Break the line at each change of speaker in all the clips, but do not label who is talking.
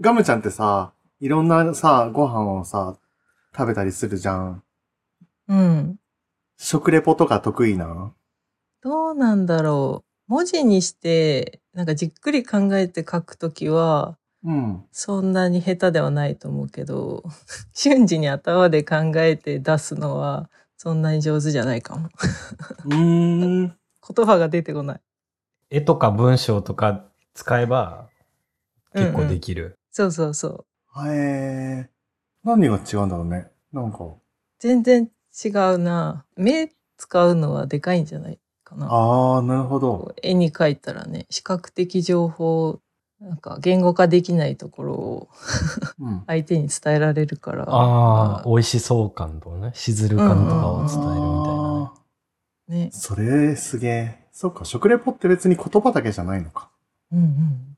ガムちゃんってさ、いろんなさ、ご飯をさ、食べたりするじゃん。
うん。
食レポとか得意なん
どうなんだろう。文字にして、なんかじっくり考えて書くときは、
うん。
そんなに下手ではないと思うけど、 瞬時に頭で考えて出すのは、そんなに上手じゃないかも。
うーん。
言葉が出てこない。
絵とか文章とか使えば結構で
き
きる。
そうそうそう。
へえ。何が違うんだろうね。なんか。
全然違うな。目使うのはでかいんじゃないかな。
ああ、なるほど。
こう絵に描いたらね、視覚的情報、なんか言語化できないところを
うん。
相手に伝えられるから。
ああ、美味しそう感とかね、しずる感とかを伝えるみたいなね。
あー
ね。
それすげえ。そっか、食レポって別に言葉だけじゃないのか。
うんうん。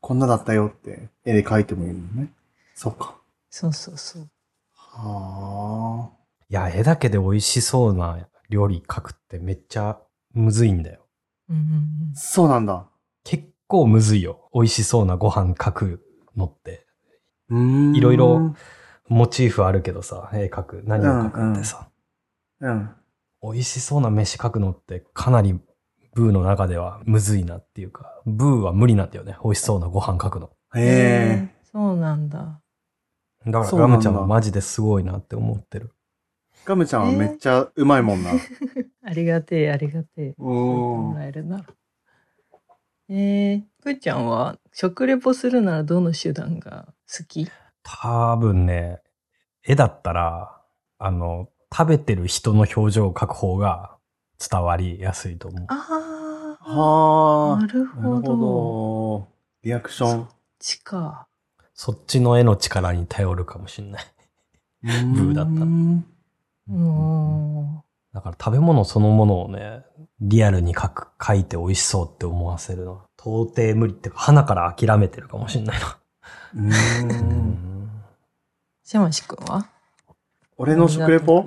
こんなだったよって絵で描いてもいいのね。そっか。
そうそうそう。
はあ。
いや、絵だけで美味しそうな料理描くってめっちゃむずいんだよ。
うんうんうん。
そうなんだ。
結構むずいよ。美味しそうなご飯描くのって。
うーん
いろいろ。モチーフあるけどさ、絵描く、何を描くってさ、
うん。
美味しそうな飯描くのってかなりブーの中ではむずいなっていうか、ブーは無理なんだよね。美味しそうなご飯描くの。
へえ。
え。そうなんだ。
だか
そ
ら
うな
ガ
んだ
ムちゃんはマジですごいなって思ってる。
ガムちゃんはめっちゃうまいも んな。
ありがてえ、ありがてえ。
お
も
ー
らえるなら。えー、ぷーちゃんは食レポするならどの手段が好き
多分ね、絵だったら、あの、食べてる人の表情を描く方が伝わりやすいと思う。
ああ、
は
な
あ。
る
な
ほ
るほ
ど。
ど。リアクション。
ちか。
そっちの絵の力に頼るかもしんない。
ブ
ーだった
うーん。
だから食べ物そのものをね、リアルに描く、描いて美味しそうって思わせるのは、到底無理っていうか、鼻から諦めてるかもしんないな。
うーん。
シャマシ君は
俺の食レポ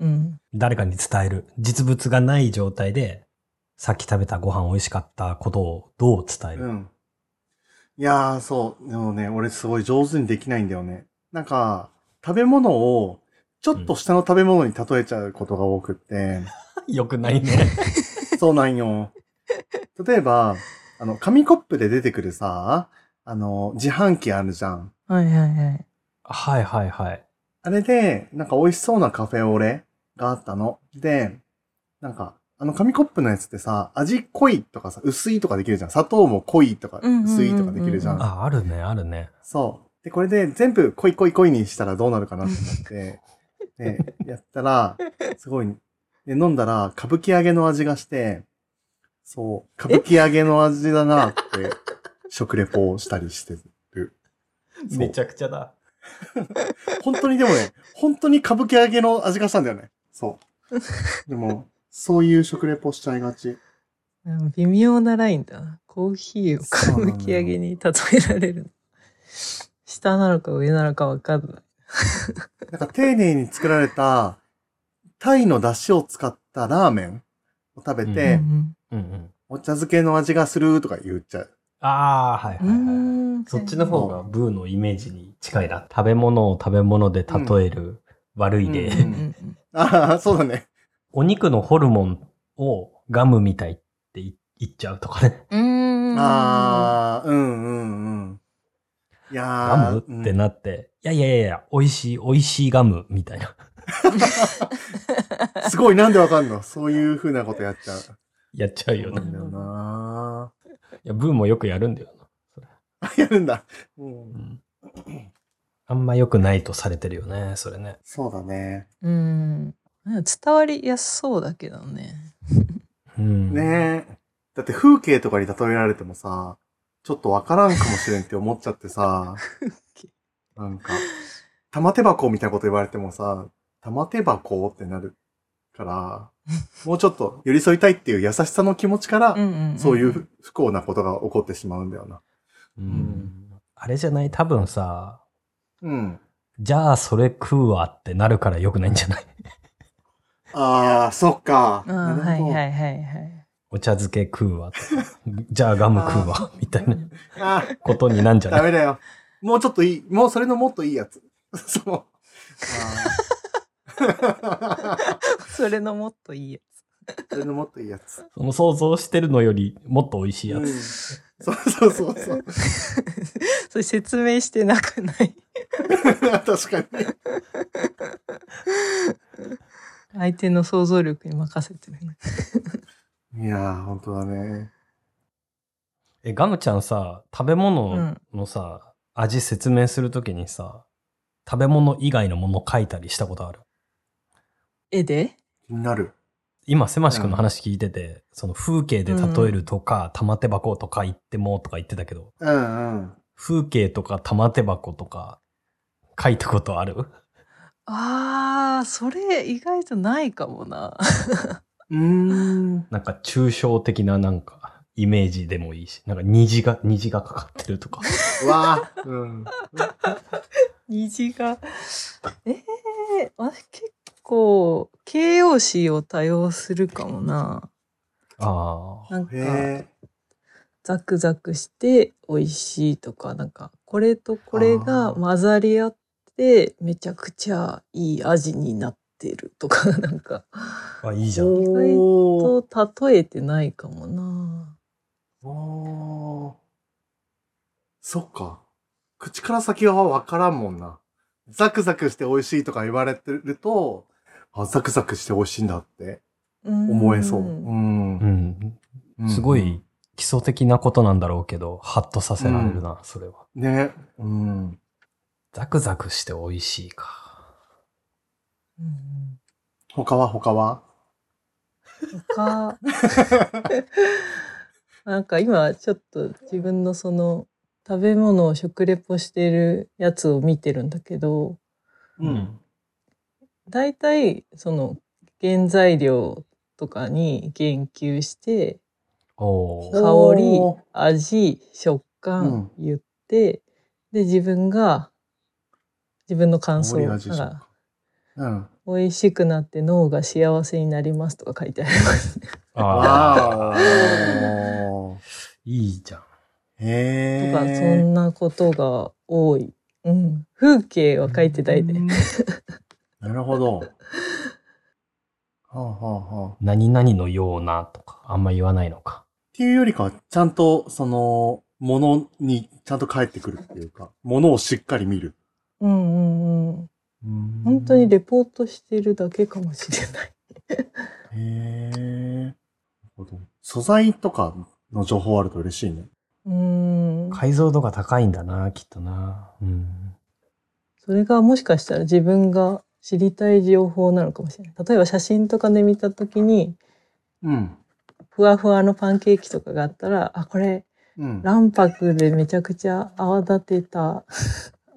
うん。
誰かに伝える。実物がない状態で、さっき食べたご飯美味しかったことをどう伝える、
うん。いやー、そう。でもね、俺すごい上手にできないんだよね。なんか、食べ物を、ちょっと下の食べ物に例えちゃうことが多く って、
よくない ね。
そうなんよ。例えば、あの、紙コップで出てくるさ、あの、自販機あるじゃん。
はいはいはい。
はいはいはい。
あれで、なんか美味しそうなカフェオレがあったの。で、なんか、あの紙コップのやつってさ、味濃いとかさ、薄いとかできるじゃん。砂糖も濃いとか、
うんうんうんうん
薄いとかできるじゃん。
あ、あるね、あるね。
そう。で、これで全部濃い濃い濃いにしたらどうなるかなって思って、で、やったら、すごい、で、飲んだら、歌舞伎揚げの味がして、そう、歌舞伎揚げの味だなって、食レポをしたりしてる。そう
めちゃくちゃだ。
本当にでもね、本当に歌舞伎揚げの味がしたんだよね。 そう。でも、そういう食レポしちゃいがち。
うん微妙なラインだな。コーヒーを
そう
か
なのよ
むき上げに例えられる。下なのか上なのかわかんない。
なんか丁寧に作られた、タイの出汁を使ったラーメンを食べて、
え
うん
うんうん。
お茶漬けの味がするとか言っちゃう。
ああ、はいは
う
いはいはい。
ん、うーん
そっちの方がブーのイメージに近いな。食べ物を食べ物で例える、悪い例、
う
うんうんん
ああ、そうだね。
お肉のホルモンをガムみたいってい言っちゃうとかね。
うん。うーん
ああ、うんうんうん。い
ガ
や
ム
ー
ってなって、いやいやいやいや、美味しい、美味しいガムみたいな。
うんすごい、なんでわかんのそういう風なことやっちゃう。
やっちゃうよ
な
ね。
んだよない
や、ブーもよくやるんだよな。
あやるんだ。うん
うん、あんま良くないとされてるよね、それね。
そうだね。
うん。なんか伝わりやすそうだけどね。
うん、
ねえ。だって風景とかに例えられてもさ、ちょっとわからんかもしれんって思っちゃって さ、なんか、玉手箱みたいなこと言われてもさ、玉手箱ってなる から、もうちょっと寄り添いたいっていう優しさの気持ちから、
うんうんん
そういう不不幸なことが起こってしまうんだよな。
うん。あれじゃない多分さ、
うん。
じゃあそれ食うわってなるから良くないんじゃない
ああ、そっか。。
ああはいはいいはいはい。
お茶 漬け食うわとか、じゃあガム食うわみたいな
あ
ことになんじ
あ、
ゃな
ダ
い
メだよ。もうちょっといい、もうそれのもっといいやつ。 そう。あー
それのもっといいや
それのもっといいやつ。
その想像してるのよりもっと美味しいや
うん、
つ。
そうそうそうそう。
つ。それ説明してなくない。
確かに。
相手の想像力に任せてるね。
いやー、本当だね。
え、ガムちゃんさ、食べ
う
物
ん
のさ、味説明するときにさ、食べ物以外のもの書いたりしたことある
絵で
気になる。
今、せましくんの話聞いてて、その風景で例えるとか、玉手箱とか言ってもとか言ってたけど、
うんうん。
風景とか玉手箱とか書いたことある
あー、それ意外とないかもな。
うーん。
なんか抽象的ななんか、イメージでもいいし、なんか虹が、虹がかかってると か。
わー。うん。
虹が。えー、私結構形容詞を多用するかもな。
ああ。
なんか
へ、え。
ザクザクして美味しいとか、なんか、これとこれが
あー
混ざり合って、めちゃくちゃいい味になってるとか、 なんか、
あ、いいじゃん。
おー。
と例えてないかもな。
おーそっか。口から先はわからんもんな。ザクザクして美味しいとか言われてると、あ、ザクザクして美味しいんだって思えそう。うん
う。ん。
うん
すごい。基礎的なことなんだろうけど、ハッとさせられるな、それは。
ね。うん。
ザクザクして美味しいか。
うん
他は他は
他、なんか今ちょっと自分のその食べ物を食レポしてるやつを見てるんだけど、
う。
大体その原材料とかに言及して、
おー
香り
おー、
味、食感言って、で自分が自分の感想
香り味
だか
食
ら
うん。
美味しくなって脳が幸せになりますとか書いてありますね。
あ
わ
あ。
ー。
いいじゃん。
へ
と
え。
か、そんなことが多い。うん。風景は書いてないで。
なるほど。はあはあはあ。っ
何々のようなとか、あんま言わないのか。
ていうよりかは、ちゃんと、その、ものにちゃんと返ってくるっていうか、ものをしっかり見る。
うんうんうん。本
本
当にレポートしてるだけかもしれない。
へえ。なるほど素材とかの情報あると嬉しいね。
うん。
解像度が高いんだな、きっとな。うん。
それがもしかしたら自分が知りたい情報なのかもしれない。例えば写真とかで見たときに、
うん。
ふわふわのパンケーキとかがあったら、あ、これ、
うん。
卵白でめちゃくちゃ泡立てた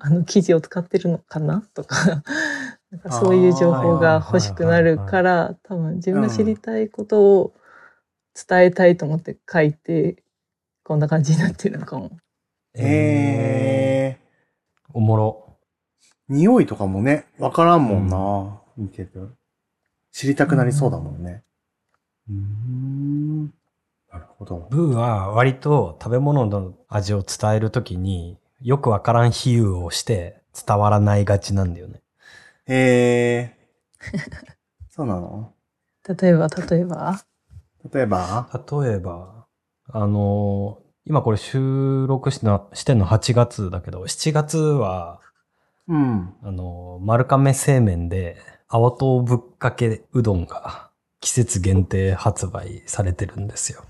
あの生地を使ってるのかなとか なんかそういう情報が欲しくなるから多分自分が知りたいことを伝えたいと思って書いてこんな感じになってるのかも。
へ
え
え。
ーおもろ。
匂いとかもね、わからんもんな。見てて。知りたくなりそうだもんね。うーん。なるほど。
ブーは割と食べ物の味を伝えるときによくわからん比喩をして伝わらないがちなんだよね。
へえ。 そうなの
例えば例えば
例えば
例えば、あのー今これ収録しなしてんの8月だけど、7月は、
うん。
あのー丸亀製麺で青唐ぶっかけうどんが季節限定発売されてるんですよ。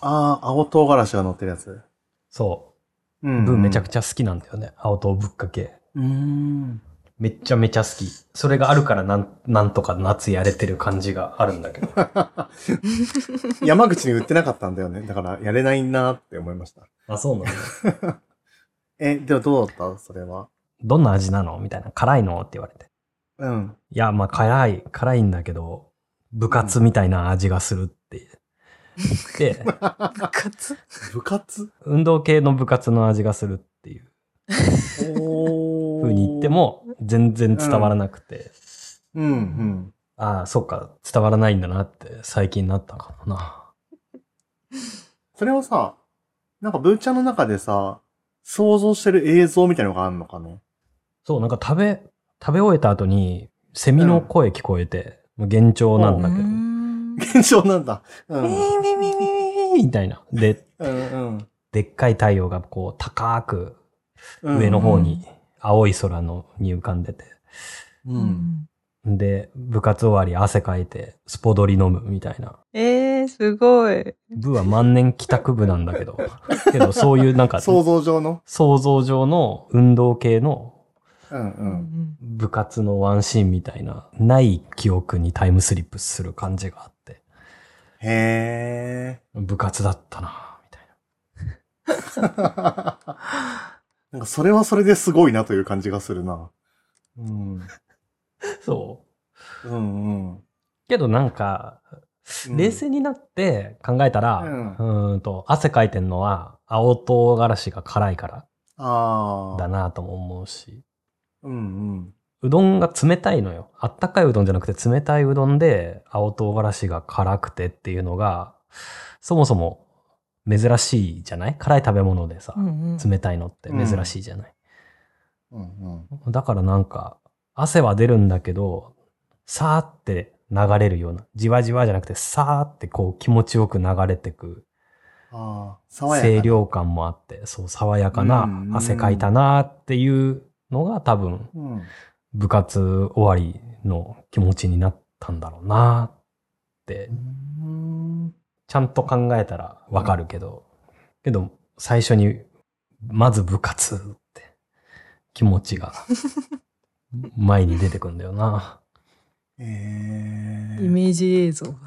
ああ、青唐辛子が乗ってるやつ。
そうう。
ん
ブーめちゃく
ち
ちゃ好きなんだよね。青唐ぶっかけ。
ゃ。うーん。
めっちゃめちゃ好き。それがあるからなん、なんとか夏やれてる感じがあるんだけど。
山口に売ってなかったんだよね。だから、やれないなって思いました。
あ、そうなの
え、でもどうだったそれは。
どんな味なのみたいな。辛いのって言われて。
うん。
いや、まあ辛い、辛いんだけど、部活みたいな味がするって言 って、
部活
部 活
運動系の部活の味がするっていう
お
風に言って。も、全然伝わらなくて、
うん、うん。
ああ、そっか、伝わらないんだなって最近なったかもな。
それはさ、なんかブーちゃんの中でさ、想像してる映像みたいなのがあるのかね。
そう、なんか食べ、食べ終えた後に、セミの声聞こえて、もう幻聴なんだけど、
うー
ウ
ん
現象なんだ。うん。う
ィ
ん
ーンウィーンウィーンウィーンウィーンみたいな。で、
うん
でっかい太陽がこう、高く、
うん。
上の方に、青い空のに浮かんでて。
う。
うんん
で、部活終わり汗かいて、スポドリ飲むみたいな。
えー、すごい。
部は万年帰宅部なんだ けど、けどそういうなんか、
想像上の。
想像上の運動系の
うん
う
うん。
ん
部活のワンシーンみたいな、ない記憶にタイムスリップする感じがあって、
へ
部活だったなみたいな。
ー。 なんかそれはそれですごいなという感じがするな。うん。
そう。
うんうん。
けどなんか、
うん
冷静になって考えたら、
う
うんん、んと、汗かいてんのは、青唐辛子が辛いから
ああ。
だなとも思うし、
うんうん。
うどんが冷たいのよ。あったかいうどんじゃなくて冷たいうどんで、青唐辛子が辛くてっていうのが、そもそも珍しいじゃない辛い食べ物でさ、
うん
冷たいのって珍しいじゃない。
うん
だからなんか、汗は出るんだけど、さーって流れるような、じわじわじゃなくて、さーってこう気持ちよく流れてく、
ああ、爽やかな。
清涼感もあって、そう、爽やかな
うん、
汗かいたなーっていうのが多分、
うん。
部活終わりの気持ちになったんだろうなーって、
うん。
ちゃんと考えたらわかるけど、けど、最初に、まず部活って気持ちが前に出てくんだよな。
え
イ
ー、
メージ映像が。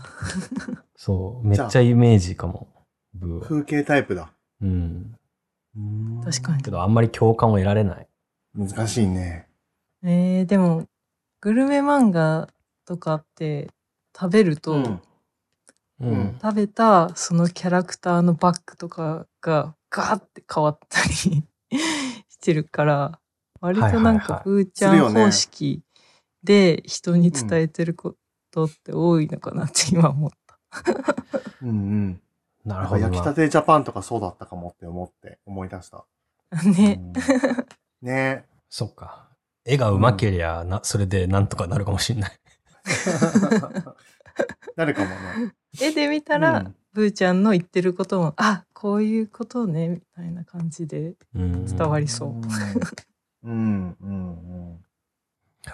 そう、めっちゃイメージかも。部は
風景タイプだ。
うん。
確かに
けど、あんまり共感を得られない。
に。難しいね。
えー、でも、グルメ漫画とかって食べると、
うん
うん。
うん
食べたそのキャラクターのバッグとかがガーって変わったり してるから、割となん
はいはいは
か
い
ふーちゃ
するよ
ん
ね
方式で人に伝えてることって多いのかなって今思った。
うんうん。
な
な
る
ん
ほ
か
ど
焼きた
な。
てジャパンとかそうだったかもって思って、思い出した。
ね。
うんね。
そっか。絵がうまけりゃ、な、それでなんとかなるかもしれない。
なるかもね。
絵で見た
う
ら
ん、
ブーちゃんの言ってることも、あ、こういうことね、みたいな感じで
うん。
伝わりそう。
うん。うんうんうん。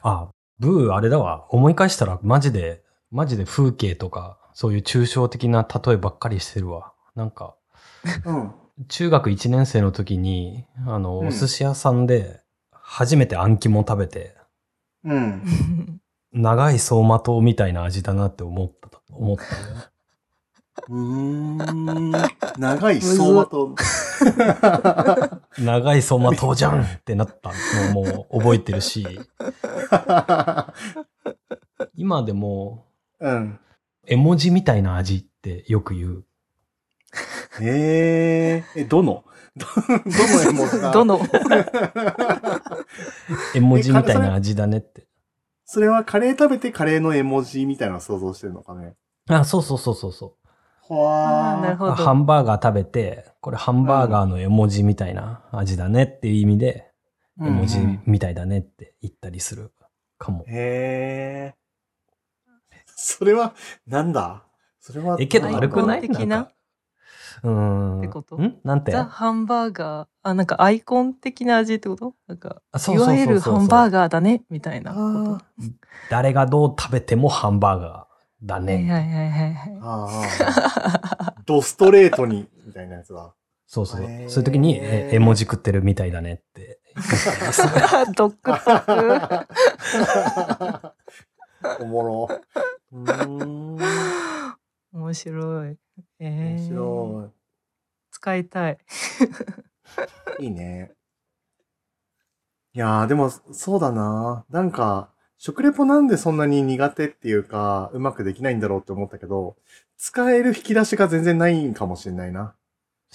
あ、ブー、あれだわ。思い返したら、マジで、マジで風景とか、そういう抽象的な例えばっかりしてるわ。なんか、
うん。
中学1年生の時に、あの、
うん
お寿司屋さんで、初めてあん肝食べて、
うん。
長い走馬灯みたいな味だなって思ったと、思ったんだよね。
うーん。長い相馬と。
長い走馬灯じゃんってなったのももう覚えてるし、今でも
うん。
絵文字みたいな味ってよく言う。
えー、え、どのどどの絵文字だ
どの
絵文字みたいな味だねって。
それはカレー食べてカレーの絵文字みたいなの想像してるのかね。
あ、そうそうそうそうそ
は
あー なる
う。
ほど。
ハンバーガー食べて、これハンバーガーの絵文字みたいな味だねっていう意味で、絵文字みたいだねって言ったりするかも。
へえ。それは、なんだそれは。
え、けど
なんだ
悪くない
アイコン的な
なんかうーん。
ってこと
んなんて
ザ・ハンバーガー。あ、なんかアイコン的な味ってことなんか、
あ
い
そうそうそ
わ
うそう
ゆるハンバーガーだね、みたいなこ
あ
誰がどう食べてもハンバーガーだ
と。はい
ね。
はいはいはいはい
ー。あー。ドストレートに、みたいなやつだ。
そうそう。そう
へー
いう時に、え絵文字食ってるみたいだねって言ったりする。
独特。
おもろ。うーん。
面白い。えー
面白
使いたい。
い。いいね。いやー、でも、そうだな。なんか、食レポなんでそんなに苦手っていうか、うまくできないんだろうって思ったけど、使える引き出しが全然ないんかもしれないな。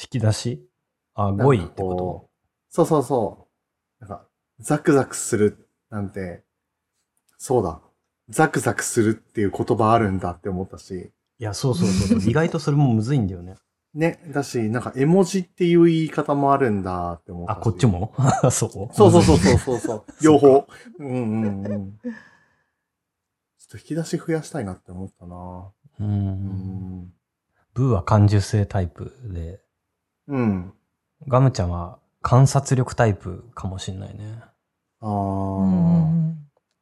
引き出しあ、語彙
な
っ
んか
て
う
こ
そうそうそう。なんか、ザクザクするなんて、そうだ。ザクザクするっていう言葉あるんだって思ったし。
といや、そうそうそうそう。意外とそれもむずいんだよね。
ね、だし、なんか絵文字っていう言い方もあるんだって思った
あ、
し
こっちも そう
そうそうそうそうそうそう。 両方。うんうんうん。ちょっと引き出し増やしたいなって思ったな。
う。
うんん。
ブーは感受性タイプで、
うん。
ガムちゃんは観察力タイプかもしんないね。
あ
うん
ー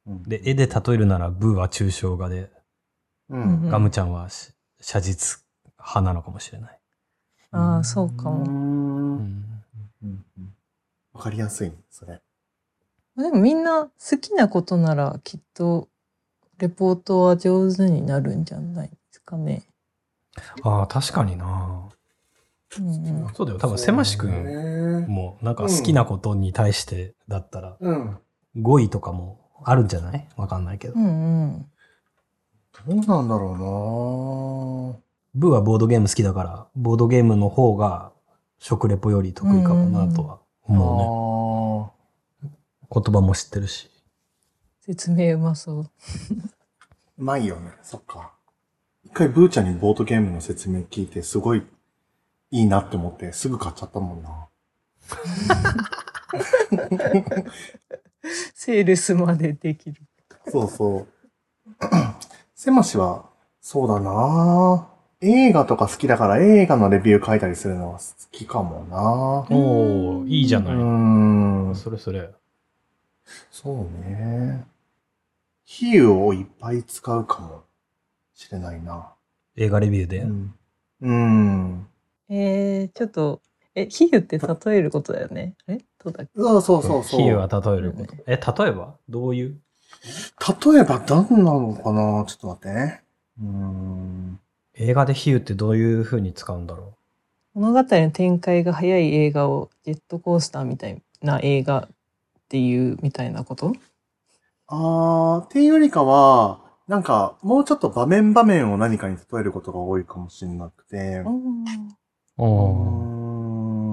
うん
で、絵で例えるならブーは抽象画で、
う
うんうん
ん。
ガムちゃんはし写実派なのかもしれない。
ああ、そうか
うん。
も。
う
うん
ん。
うんわかりやすいね、それ。
まあでもみんな好きなことならきっとレポートは上手になるんじゃないですかね。
ああ、確かにな。
うんうん、
そうだよ。多分、せましく
そうだ
ん
ね
も、なんか好きなことに対してだったら、
うん。
語彙とかもあるんじゃないわかんないけど
う。んうん。
どうなんだろ
ブーはボードゲーム好きだから、ボードゲームの方が食レポより得意かもなとは
うな
思うね。
ぁ。
言葉も知ってるし。
説明うまそう。
うまいよね。そっか。一回ブーちゃんにボードゲームの説明聞いて、すごいいいなって思って、すぐ買っちゃったもんな。
セールスまでできる。
そうそう。 せましは、そうだな映画とか好きだから映画のレビュー書いたりするのは好きかも
おーいいじゃ
な
な
う
い。
ーん。
それそれ。
そうね。比喩をいっぱい使うかもしれないな。
映画レビューで。
うん。うん。
えー、ちょっと、え、比喩って例えることだよね。えどうだっけ
そうそうそうそう。
比喩は例えること
うん。
え、例えばどういう
例えば何なのかなちょっと待ってね。うーん。
映画で比喩ってどういう風に使うんだろ
物語の展開が早い映画をジェットコースターみたいな映画っていうみたいなこと
あー、っていうよりかは、なんか、もうちょっと場面場面を何かに例えることが多いかもしれなくて。う
うん
う
ー
お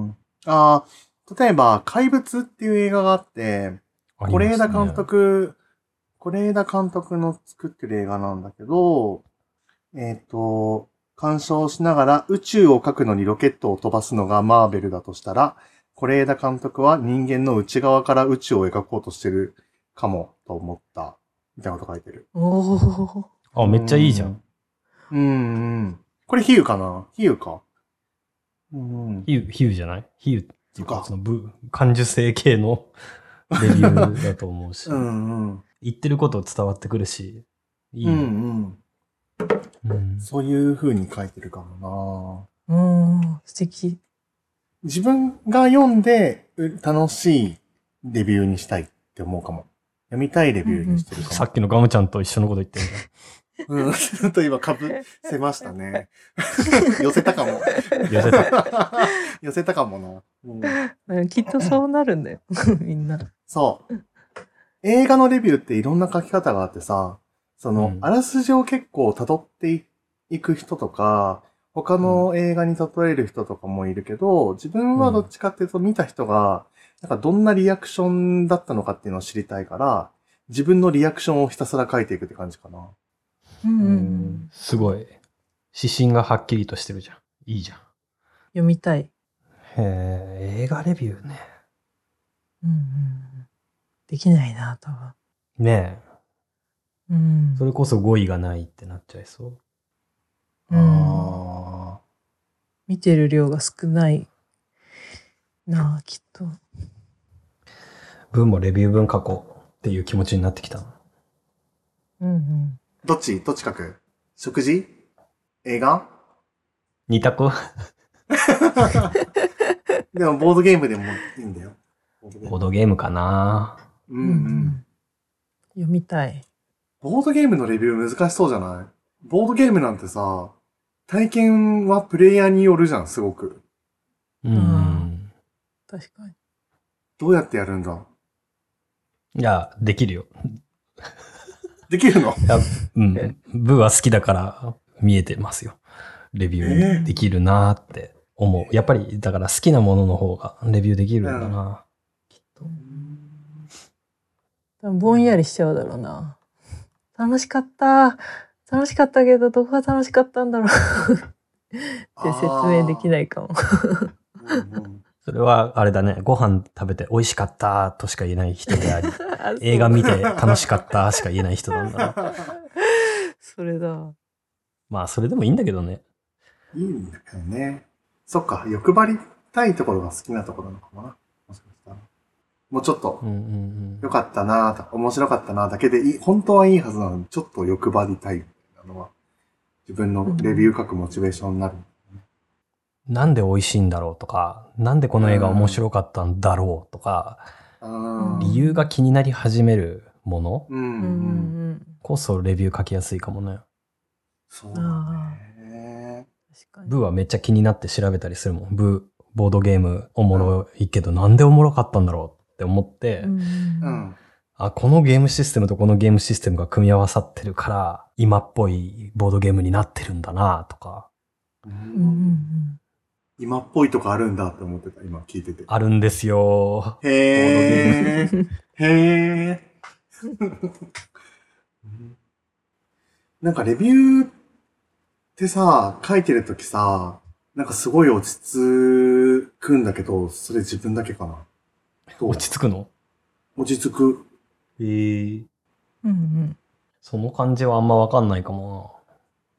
ん。あー、例えば、怪物っていう映画があって、
ー
是枝監。督、是枝監督の作ってる映画なんだけど、えっ、と、鑑賞しながら宇宙を描くのにロケットを飛ばすのがマーベルだとしたら、是枝監督は人間の内側から宇宙を描こうとしてるかもと思った。みたいなこと書いてる。
おー
あ、めっちゃいいじゃん。
うん。うんうん。これ比喩かな比喩か。うん。
比喩、比喩じゃない比喩っていう
そっ
か、
か
その部、感受性系のレビューだと思うし。
うんうん。
言ってること伝わってくるし、いい
うんう
ね。
ん。
うん
そういう風に書いてるかもな
うん、素 敵。
自分が読んでう楽しいレビューにしたいって思うかも。読みたいレビューにしてるか
さ
も。
っきのガムちゃんと一緒のこと言ってるじ
うん、ちょっと今かぶせましたね。寄せたかも。
ゃん。寄せた。
寄せたかもな、うん
うんきっとそうなるんだよ、 みんな。
そう。映画のレビューっていろんな書き方があってさ、その、
うん
あらすじを結構辿っていいく人とか、他の映画に例える人とかもいるけど、自分はどっちかっていうと見た人が、なんかどんなリアクションだったのかっていうのを知りたいから、自分のリアクションをひたすら書いていくって感じかな。
うんうんう
うん
ん、
すごい。指針がはっきりとしてるじゃん。いいじゃん。
読みたい。
へえ、映画レビューね。
うんうんうん、できないな、多分。
ねえ。
うん
それこそ語彙がないってなっちゃいそう。
うん、
あ
見てる量が少ないなあ、きっと。
文もレビュー文書こうっていう気持ちになってきたな。
うんうん、
ーどっちどっち書く食事映画
二択
でもボードゲームでもいいんだよ。ボードゲー
ボー
ム
ドゲームかな
う
うん
うん。
読みたい。
ボードゲームのレビュー難しそうじゃないボードゲームなんてさ、体験はプレイヤーによるじゃん、すごく。
うん。
確かに。
どうやってやるんだ
いや、できるよ。
できるの
いやうん。部は好きだから見えてますよ。レビューできるなーって思う。やっぱり、だから好きなものの方がレビューできるんだな。
多分ぼんやりしちゃうだろうな。楽しかった。楽しかったけど、どこが楽しかったんだろう。説明できないかも。
うんうん
それは、あれだね、ご飯食べて美味しかったとしか言えない人であり、
あ
映画見て楽しかったしか言えない人なんだな。
そうそれだ。
まあ、それでもいいんだけどね。
いいんだけどね。そっか、欲張りたいところが好きなところなのかもな。もしかしたら。もうちょっと
う、んうんう
良
ん。
かったなぁとか、面白かったなぁだけでいい、本当はいいはずなのに、ちょっと欲張りたいみたいなのは、自分のレビュー書くモチベーションになる。
なんで美味しいんだろうとか、なんでこの映画面白かったんだろうとか、
あー
理由が気になり始めるもの
うん
う
うん。
うんん。
こそレビュー書きやすいかもね。
そうだね。
確かに。
ブーはめっちゃ気になって調べたりするもん。ブー、ボードゲームおもろいけど、なんでおもろかったんだろうって思って、
う
う
んう
んん。
あ、このゲームシステムとこのゲームシステムが組み合わさってるから、今っぽいボードゲームになってるんだなとか、
う
うんうんうんん。
今っぽいとこあるんだって思ってた、今聞いてて。
あるんですよ。
へー。へー。なんかレビューってさ、書いてるときさ、なんかすごい落ち着くんだけど、それ自分だけかな。どう
落ち着くの
落ち着く。
ええ
うんうん
その感じはあんまわかんないかも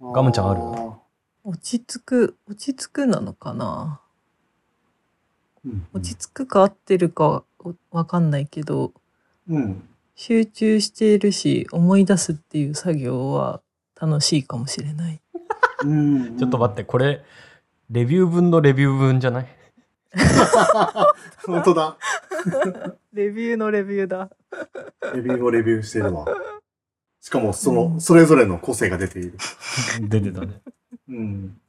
ガムちゃんある
落ち着く、落ち着くなのかな。
うん
落ち着くか合ってるかおわかんないけど、
うん。
集中しているし、思い出すっていう作業は楽しいかもしれない。
うん
な。ちょっと待って、。これ、レビュー分のレビュー分じゃない
本当だ。
レビューのレビューだ。
レビューをレビューしてる わ。しかも、その、
うん
それぞれの個性が出ている。
出てたね。
うん。